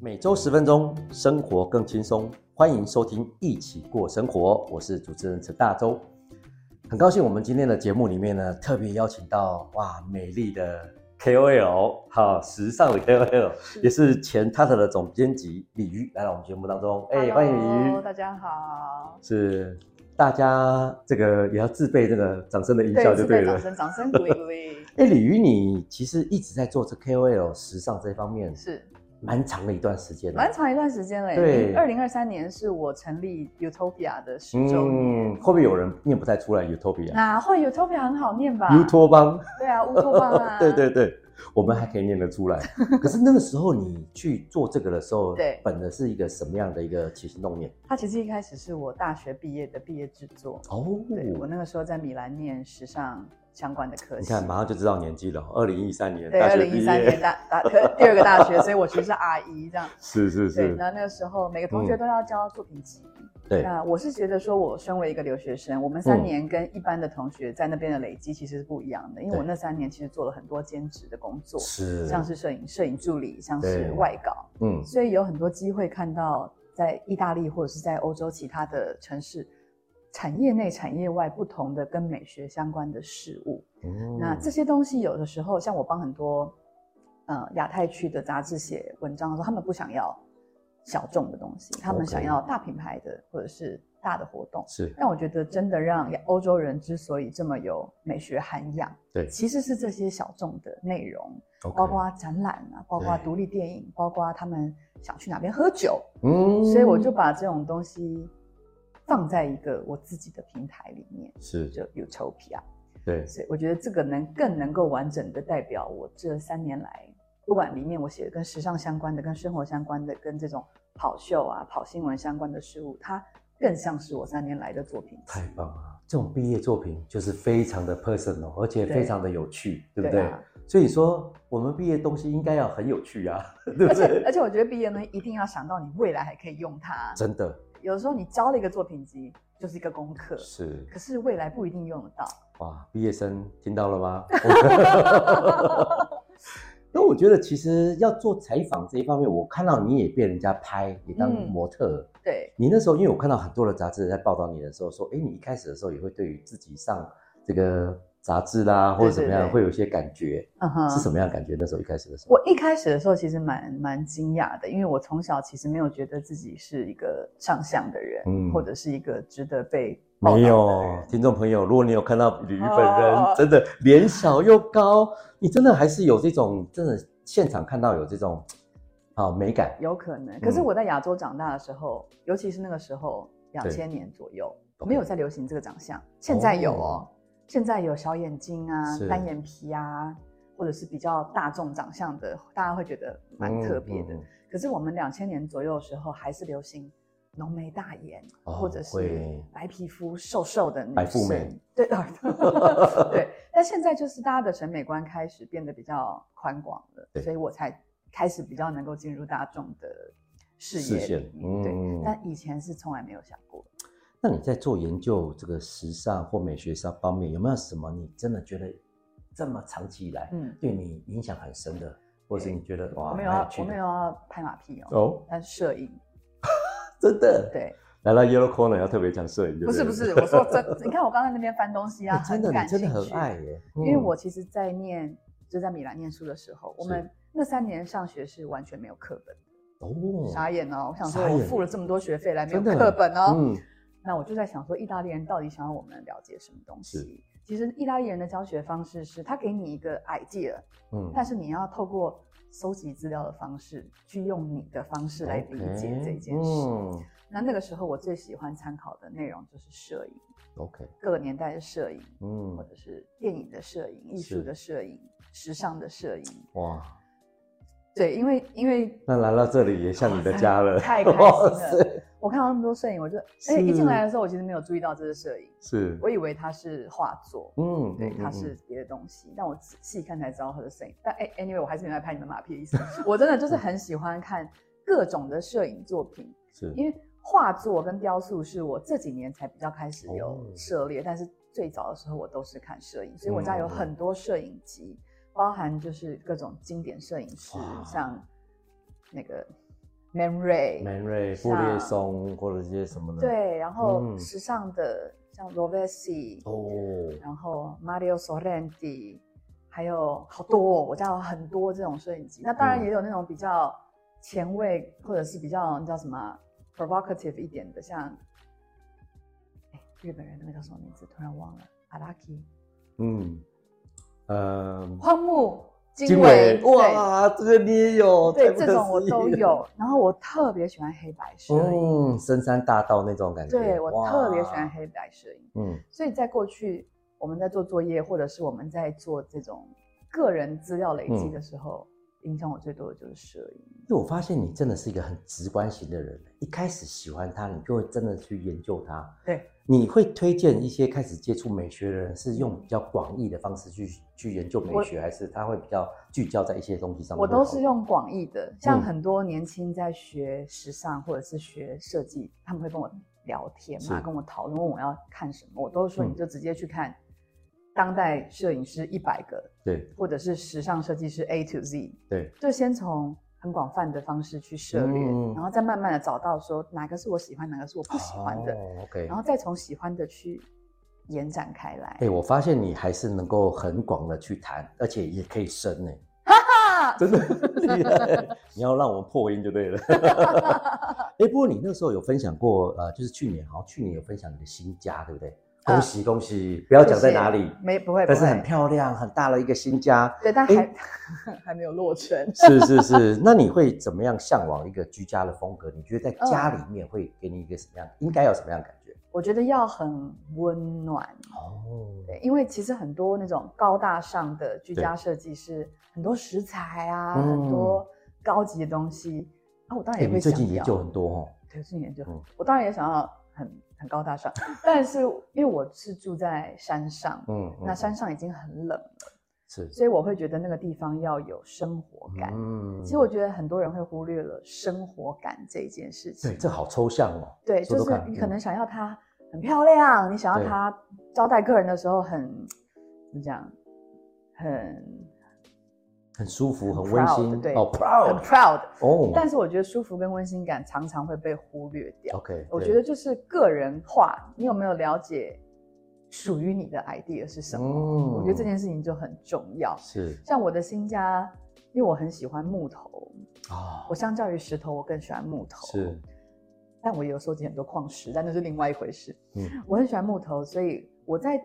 每周十分钟，生活更轻松。欢迎收听《一起过生活》，我是主持人陈大洲。很高兴我们今天的节目里面呢，特别邀请到哇美丽的 KOL，好时尚的 KOL，也是前 Tata 的总编辑李瑜来到我们节目当中。哎、欢迎李 Hello，瑜，大家好。是大家这个也要自备这个掌声的音效就自对备了掌。声，掌声鼓励鼓 励。哎、李瑜，你其实一直在做这 KOL 时尚这方面，是蛮长的一段时间了。蛮长一段时间嘞。对二零二三年是我成立 Utopia 的十周年。嗯，会不会有人念不太出来 Utopia？哪会 Utopia 很好念吧？乌托邦，对啊，乌托邦啊。 对对对，我们还可以念得出 来。可是那个时候你去做这个的时候，对本的是一个什么样的一个起心动念？它其实一开始是我大学毕业的毕业制作。哦，对我那个时候在米兰念时尚相关的科你系。看马上就知道年纪了，二零一三年对，大二学零毕一三年业，大大 科第二个大学，所以我其实是阿姨这样。是是对，是，那那个时候每个同学嗯都要交作品集。对，嗯那我是觉得说，我身为一个留学生，我们三年跟一般的同学在那边的累积其实是不一样的，因为我对那三年其实做了很多兼职的工作，是，像是摄影、摄影助理，像对是外稿，嗯，所以有很多机会看到在意大利或者是在欧洲其他的城市。产业内、产业外不同的跟美学相关的事物，嗯那这些东西有的时候，像我帮很多呃亚太区的杂志写文章的时候，他们不想要小众的东西，他们 OK 想要大品牌的或者是大的活动。是但我觉得，真的让欧洲人之所以这么有美学涵养，对其实是这些小众的内容， ，OK，包括展览啊，包括对独立电影，包括他们想去哪边喝酒，嗯所以我就把这种东西放在一个我自己的平台里面，是，就 Utopia。对，所以我觉得这个能更能够完整的代表我这三年来，不管里面我写的跟时尚相关的、跟生活相关的、跟这种跑秀啊、跑新闻相关的事物，它更像是我三年来的作品集。太棒了！这种毕业作品就是非常的 personal，而且对非常的有趣，对不对？对啊所以说，我们毕业东西应该要很有趣啊， 对不而且对？而且，我觉得毕业呢，一定要想到你未来还可以用它。真的有时候你交了一个作品集，就是一个功课，是可是未来不一定用得到。哇！毕业生听到了 吗？那我觉得其实要做采访这一方面，我看到你也被人家拍，也当嗯模特儿。对，你那时候，因为我看到很多的杂志在报道你的时候，说，哎，你一开始的时候也会对于自己上这个杂志啦，或者怎么对样，对对会有一些感觉，嗯哼是什么样的感觉？那时候一开始的时候，我一开始的时候其实蛮蛮惊讶的，因为我从小其实没有觉得自己是一个上相的人，嗯或者是一个值得被报道没的有人，听众朋友，如果你有看到李鱼本人，哦真的脸小又高，你真的还是有这种，真的现场看到有这种啊美感，有可能。可是嗯我在亚洲长大的时候，尤其是那个时候两千年左右， OK 没有在流行这个长相，现在有哦，现在有小眼睛啊是、单眼皮啊，或者是比较大众长相的，大家会觉得蛮特别的。嗯嗯可是我们两千年左右的时候，还是流行浓眉大眼，哦或者是会白皮肤、瘦瘦的女生白富美，对 对。但现在就是大家的审美观开始变得比较宽广了，对所以我才开始比较能够进入大众的视视野线里面。对，嗯但以前是从来没有想过。那你在做研究这个时尚或美学上方面，有没有什么你真的觉得这么长期以来、嗯，对你影响很深的，或者是你觉得哇，我没有蛮要，趣我的没有啊要拍马屁哦，哦，但是摄影，真的，对，来到 Yellow Corner 要特别讲摄影，对不是对不是，我说真，你看我刚才那边翻东西啊，哎真的很感你真的兴很趣爱耶，因为嗯我其实，在念就在米兰念书的时候，我们那三年上学是完全没有课本，哦，傻眼哦！我想说，傻眼我付了这么多学费来没有真的课本哦。嗯那我就在想说，意大利人到底想要我们了解什么东西？其实意大利人的教学方式是，他给你一个 idea，嗯但是你要透过搜集资料的方式，去用你的方式来理解 OK，这件事。嗯那那个时候，我最喜欢参考的内容就是摄影， ，OK，各个年代的摄影，或嗯，者是电影的摄影、艺术是的摄影、时尚的摄影。哇，对，因为因为那来到这里也像你的家了， 太开心哇了塞我看到那么多摄影，我就哎、是一进来的时候，我其实没有注意到这是摄影，是，我以为它是画作，嗯对，嗯它嗯是别的东西。但我仔细看才知道它是摄影。但哎、a n y w a y 我还是没有在拍你们马屁的 意思。我真的就是很喜欢看各种的摄影作品，是，因为画作跟雕塑是我这几年才比较开始有哦涉猎，但是最早的时候我都是看摄影，所以我家嗯有很多摄影集，包含就是各种经典摄影师哇，像那个 Man Ray， Man Ray、布列松或者一些什么的。，对，然后嗯时尚的像 Rovesi，哦，然后 Mario Sorrenti，还有好多、哦，我家有很多这种摄影机。那当嗯然也有那种比较前卫或者是比较你知道什么啊 provocative 一点的，像哎日本人那个叫什么名字，突然忘了，Araki 嗯，呃，荒木经经纬，纬，对哇，这个你也有，太对，不这可种我思议都了。有。然后我特别喜欢黑白摄影， 嗯，深山大道那种感觉。对我哇特别喜欢。黑白摄影。嗯所以在过去，我们在做作业，或者是我们在做这种个人资料累嗯积的时候，影响我最多的就是摄影。因为我发现你真的是一个很直观型的人，一开始喜欢它，你就会真的去研究它。对，你会推荐一些开始接触美学的人，是用比较广义的方式去去研究美学，还是他会比较聚焦在一些东西上面？我都是用广义的，像嗯很多年轻在学时尚或者是学设计，他们会跟我聊天嘛，是跟我讨论问我要看什么，我都说嗯你就直接去看当代摄影师一百个，对或者是时尚设计师 A to Z，对，就先从很广泛的方式去涉猎，嗯然后再慢慢的找到说哪个是我喜欢，哪个是我不喜欢的，哦 OK，然后再从喜欢的去延展开来哎、。我发现你还是能够很广的去谈，而且也可以深呢、 啊真的厉害。你要让我破音就对 了。哎、不过你那时候有分享过，呃，就是去年，好像去年有分享你的新家，对不对？啊恭喜恭喜！不要讲在哪里，没不会，但是不会很漂亮，很大的一个新家。对，但还、哎 还没有落成。是是是，那你会怎么样向往一个居家的风格？你觉得嗯在家里面会给你一个什么样？应该有什么样的感觉？我觉得要很温暖，哦，对，因为其实很多那种高大上的居家设计是很多食材啊，嗯很多高级的东西。啊，我当哎、然也你会最想近研要究很多哦。对，最近研究很嗯我当然也想要很很高大上， 但是因为我是住在山上，嗯，嗯那山上已经很冷了，是，所以我会觉得那个地方要有生活感。嗯其实我觉得很多人会忽略了生活感这件事情。对这好抽象哦。对，说就说是看你可嗯能想要它很漂亮，你想要对它招待客人的时候很怎么讲，很很舒服，很很温 proud，馨，对哦很，proud， proud。哦，但是我觉得舒服跟温馨感常常会被忽略掉。 OK，我哦对觉得就是个人化，你有没有了解属于你的 idea 是什么？嗯我觉得这件事情就很重要。是像我的新家，因为我很喜欢木头，啊我，相较于石头，我更喜欢木头。是，但我也有收集很多矿石，但那是另外一回事。嗯我很喜欢木头，所以我在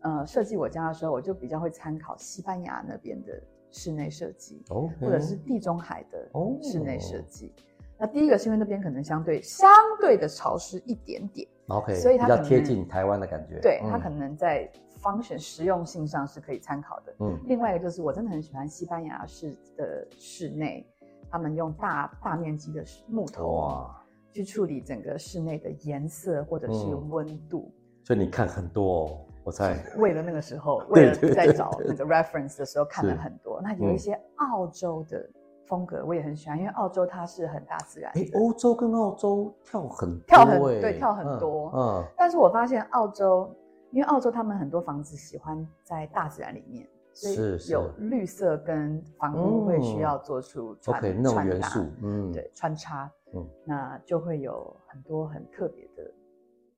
呃设计我家的时候，我就比较会参考西班牙那边的室内设计， ，OK，或者是地中海的嗯哦室内设计。那第一个是因为那边可能相对相对的潮湿一点点， OK，所以它比较可能贴近台湾的感觉，对嗯它可能在 function 实用性上是可以参考的。嗯另外一个就是我真的很喜欢西班牙式的室内，他们用大大面积的木头哇，去处理整个室内的颜色或者是嗯温度。所以你看很多哦，我猜，为了那个时候，为对了对对在找对那个 reference 的时候看了是嗯很多。那有一些澳洲的风格我也很喜欢，因为澳洲它是很大自然哎，的。欧洲跟澳洲跳很多跳很哎对跳很嗯多嗯，但是我发现澳洲，因为澳洲他们很多房子喜欢在大自然里面，所是以是嗯有绿色跟房屋会需要做出穿、 OK，那种穿元搭素，嗯，对穿插，嗯那就会有很多很特别的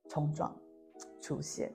冲撞出现。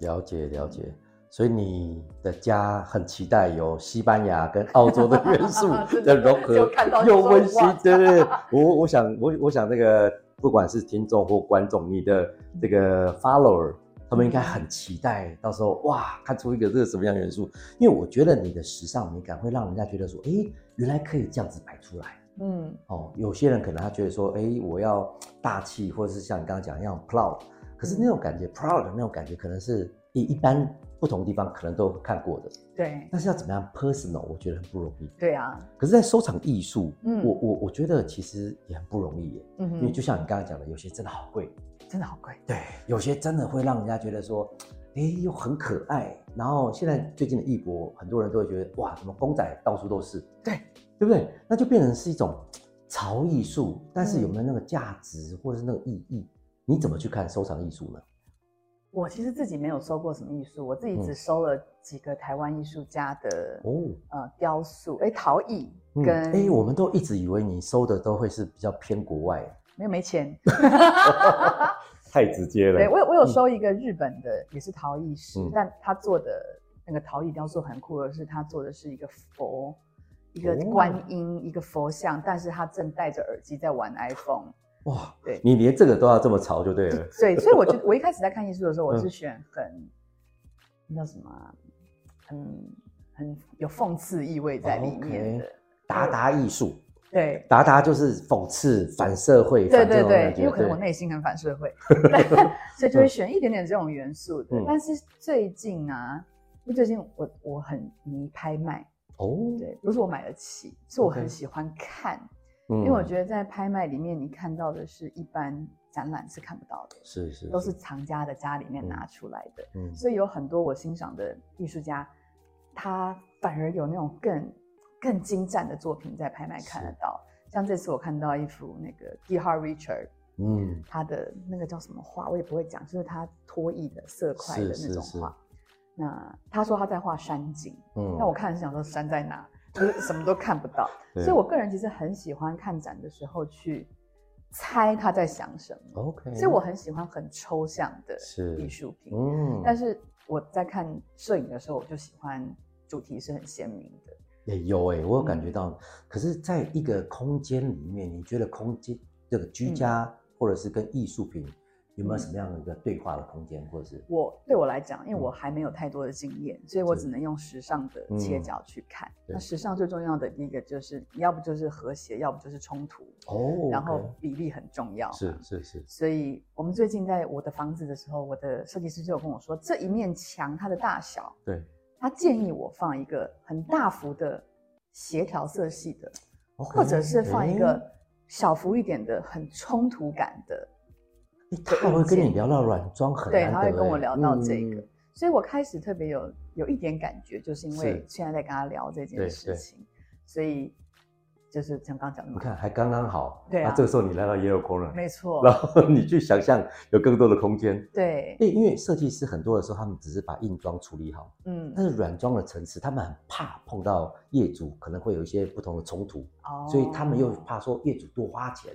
了解嗯了解。所以你的家很期待有西班牙跟澳洲的元素 真的的融合就看到，就又说温馨哇，对对对。我我想我我想那个不管是听众或观众，你的嗯这个 follower，他们应该很期待到时候哇，看出一个这个什么样的元素，因为我觉得你的时尚美感会让人家觉得说，诶，原来可以这样子摆出来。嗯，哦，有些人可能他觉得说，哎、我要大气，或者是像你刚刚讲一样 proud，可是那种感觉、proud 的那种感觉，可能是一一般不同地方可能都看过的，对但是要怎么样 personal，我觉得很不容易。对啊，可是，在收藏艺术，嗯我我我觉得其实也很不容易耶，嗯因为哼，就像你刚刚讲的，有些真的好贵，真的好贵。对，有些真的会让人家觉得说，哎、又很可爱。然后现在最近的艺博，很多人都会觉得哇，什么公仔到处都是，对对不对？那就变成是一种潮艺术，但是嗯有没有那个价值或者是那个意义？你怎么去看收藏艺术呢？我其实自己没有收过什么艺术，我自己只嗯收了几个台湾艺术家的、哦，呃雕塑，哎，陶艺嗯，跟、哎，我们都一直以为你收的都会是比较偏国外，没有没钱，太直接对我有我有嗯收一个日本的，也是陶艺师，嗯但他做的那个陶艺雕塑很酷的是，他做的是一个佛，一个哦观音，一个佛像，但是他正戴着耳机在玩 iPhone。哇对，你连这个都要这么潮就对了。对，所以 我觉得我一开始在看艺术的时嗯候，我是选很，那叫什么啊、很很有讽刺意味在里哦面的。达达艺术，对，达达就是讽刺、反社会，对反这对种感对，觉因为可能我对内心很反社会， 所以就会选一点点这种元素的。嗯但是最近啊，因为最近我我很迷拍卖，哦，对，不是我买得起，是我很 OK 嗯喜欢看，因因为我觉得在拍卖里面你看到的是一般展览是看不到的，嗯是是都是藏家的家里面嗯拿出来的，嗯所以有很多我欣赏的艺术家，他反而有那种更更精湛的作品在拍卖看得是到。像这次我看到一幅那个 d h a r Richard。嗯他的那个叫什么画，我也不会讲，就是他脱意的色块的是那种是画。那他说他在画山景，嗯，那我看是想说山在哪， 就是什么都看不到。对所以我个人其实很喜欢看展的时候去猜他在想什么， OK，所以我很喜欢很抽象的嗯是艺术品。嗯，但是是我在看摄影的时候，我就喜欢主题是很鲜明的。也有哎，我有感觉嗯到，可是在一个空间里面，你觉得空间这个嗯居家或者是跟艺术品有没有什么样的一个对话的空间，或者是我对我来讲，因为嗯我还没有太多的经验，所以我是嗯只能用时尚的切角去看。对那时尚最重要的第一个就是，要不就是和谐，要不就是冲突，哦，然后比例很重要。 OK，是。是是，所以我们最近在我的房子的时候，我的设计师就有跟我说，这一面墙它的大小，对他建议我放一个很大幅的协调色系的， ，OK，或者是放一哎个小幅一点的、很冲突感的。诶他会跟硬你件聊到软装，很对难他会得跟我哎聊到这个嗯所以我开始特别有有一点感觉，就是因为是现在在跟他聊这件对事对情，所以就是像刚讲的你嘛，看还刚刚好，对啊这个时候你来到 Yellow Corner，没错，然后你去想象有更多的空间。 对，因为因为设计师很多的时候，他们只是把硬装处理好，嗯，但是软装的层次，他们很怕碰到业主可能会有一些不同的冲突，哦所以他们又怕说业主多花钱。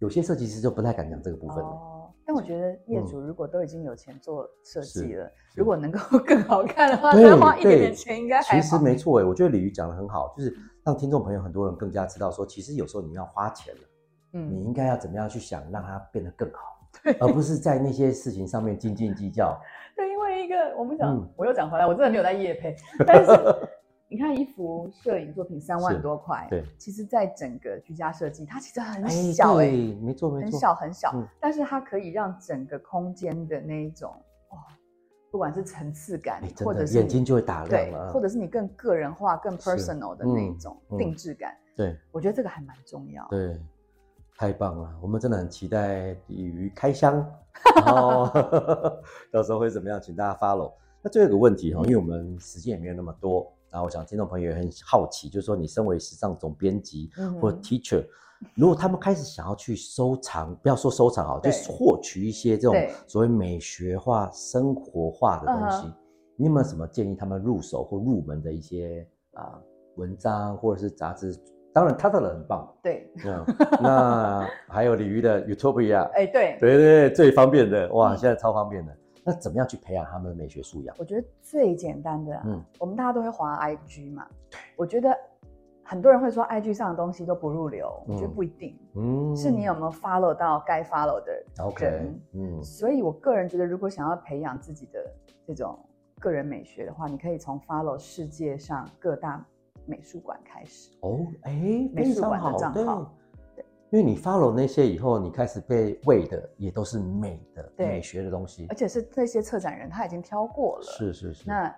有些设计师就不太敢讲这个部分了。哦。但我觉得业主如果都已经有钱做设计是了，是如果能够更好看的话，对再花一点点对钱应该还其实好。没错诶，我觉得李鱼讲的很好，就是让听众朋友很多人更加知道说，其实有时候你要花钱了，你嗯，应该要怎么样去想让它变得更好，而不是在那些事情上面斤斤计较。对，因为一个我们讲嗯，我又讲回来，我真的没有在夜配，但是。你看一幅摄影作品三万是多块，对，其实，在整个居家设计，它其实很哎，小哎、对，没错没很错，小很小，嗯但是它可以让整个空间的那一种哦，不管是层次感哎，真或者的是眼你睛就会打亮对了啊，。或者是你更个人化、更是 personal 的那一种嗯嗯定制感，对我觉得这个还蛮重要。对，太棒了！我们真的很期待鱼开箱，然 后到时候会怎么样，请大家 follow。那最后一个问题哈，因为我们时间也没有那么多，然后我想听众朋友也很好奇，就是说你身为时尚总编辑嗯或 teacher，、如果他们开始想要去收藏，不要说收藏好，就对是获取一些这种对所谓美学化、生活化的东西，嗯你有没有什么建议他们入手或入门的一些啊、文章或者是杂志？当然，他的人很棒，对，嗯， 那还有鲤鱼的 Utopia，哎、对，对对对，最方便的哇，嗯现在超方便的。那怎么样去培养他们的美学素养？我觉得最简单的、啊，嗯我们大家都会滑 IG 嘛，我觉得很多人会说 IG 上的东西都不入流，我觉得嗯不一定。嗯是你有没有 follow 到该 follow 的人 OK，嗯所以我个人觉得，如果想要培养自己的这种个人美学的话，你可以从 follow 世界上各大美术馆开始。哦，哎，嗯美术馆的非常好账号对，因为你 follow 那些以后，你开始被喂的也都是美的对美学的东西而，且是这些策展人他已经挑过了。是是是，那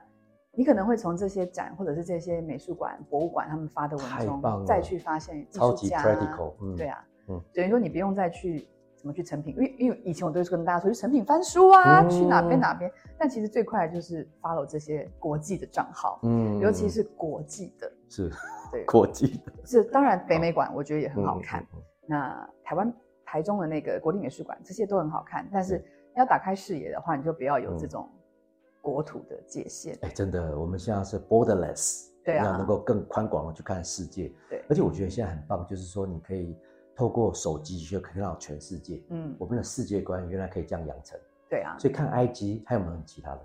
你可能会从这些展或者是这些美术馆、博物馆他们发的文太棒中，了再去发现艺超术级家啊。 practical，嗯，对，啊，嗯等于说你不用再去怎么去成品，因为因为以前我都是跟大家说去成品翻书啊，嗯去哪边哪边。但其实最快的就是 follow 这些国际的账号，嗯尤其是国际的。是对， 国际的，这当然北美馆我觉得也很好嗯看。，嗯嗯那台湾台中的那个国立美术馆，这些都很好看，但是对要打开视野的话，你就不要有这种国土的界限。哎，真的，我们现在是 borderless，对啊要能够更宽广的去看世界。对而且我觉得现在很棒，就是说你可以透过手机就可以看到全世界。嗯，我们的世界观原来可以这样养成，对啊，所以看埃及还有没有其他的？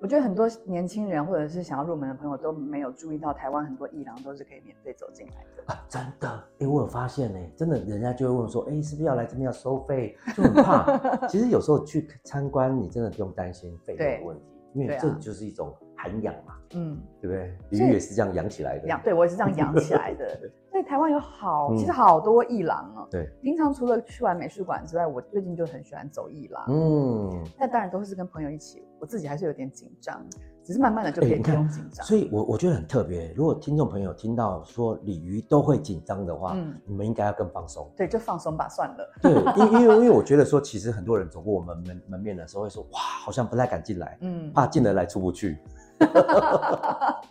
我觉得很多年轻人或者是想要入门的朋友都没有注意到，台湾很多艺廊都是可以免费走进来的。啊，真的，哎、我有发现呢、真的，人家就会问说，哎、是不是要来这边要收费？就很怕。其实有时候去参观，你真的不用担心费用对的问题，因对为啊这就是一种涵养嘛，嗯，对不对？李所以玉也是这样养起来的。养对我也是这样养起来 的。所以台湾有好，嗯其实好多艺廊哦。对，平常除了去玩美术馆之外，我最近就很喜欢走艺廊。嗯，那当然都是跟朋友一起，我自己还是有点紧张，只是慢慢的就可哎以你不看用紧张。所以我我觉得很特别。如果听众朋友听到说鲤鱼都会紧张的话，嗯。你们应该要更放松对，就放松吧，算了。对，因因为因为我觉得说，其实很多人走过我们门门面的时候会说，哇，好像不太敢进来，嗯，怕进得来出不去。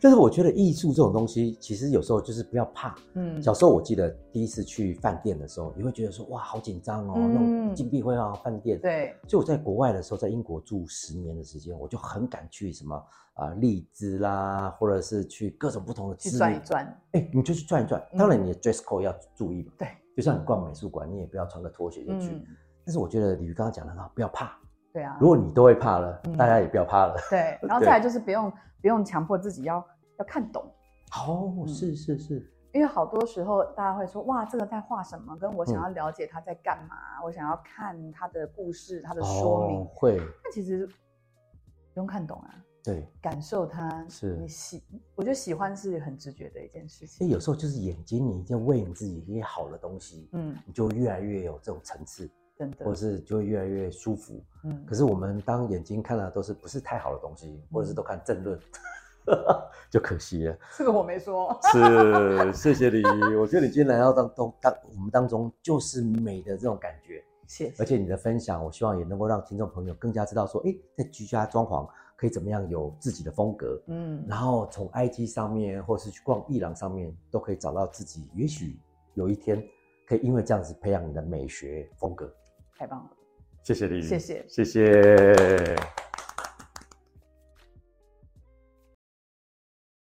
但是我觉得艺术这种东西，其实有时候就是不要怕。嗯小时候我记得第一次去饭店的时候，你会觉得说哇好紧张哦，嗯那种金碧辉煌的饭店。，对，所以我在国外的时候，在英国住十年的时间，我就很敢去什么啊、荔枝啦，或者是去各种不同的去知转名一。转。哎、你就去转一转。嗯当然，你的 dress code 要注意嘛。对，就像你逛美术馆，你也不要穿个拖鞋就去。嗯，但是我觉得李鱼刚刚讲的很好，不要怕。对啊如。果你都会怕了，嗯大家也不要怕了。对，然后再来就是不用不用强迫自己要要看懂。哦，嗯是是是，因为好多时候大家会说，哇，这个在画什么？跟我嗯想要了解他在干嘛，我想要看他的故事、他的说明哦、。会，那、其实不用看懂啊，对。感受它是哎你喜，我觉得喜欢是很直觉的一件事所以情。有时候就是眼睛，你在喂你自己一些好的东西，嗯，你就越来越有这种层次，真或者的，是就会越来越舒服。嗯可，是我们当眼睛看到都是不是太好的东西，或者是都看政论， 就可惜了。这个我没说。 是，谢谢你。我觉得你今天来到当当当我们当中，就是美的这种感觉。谢谢。而且你的分享，我希望也能够让听众朋友更加知道说，诶，在居家装潢可以怎么样有自己的风格，嗯，然后从 IG 上面或是去逛艺廊上面，都可以找到自己，也许有一天可以因为这样子培养你的美学风格。太棒了，谢谢你，谢谢谢谢。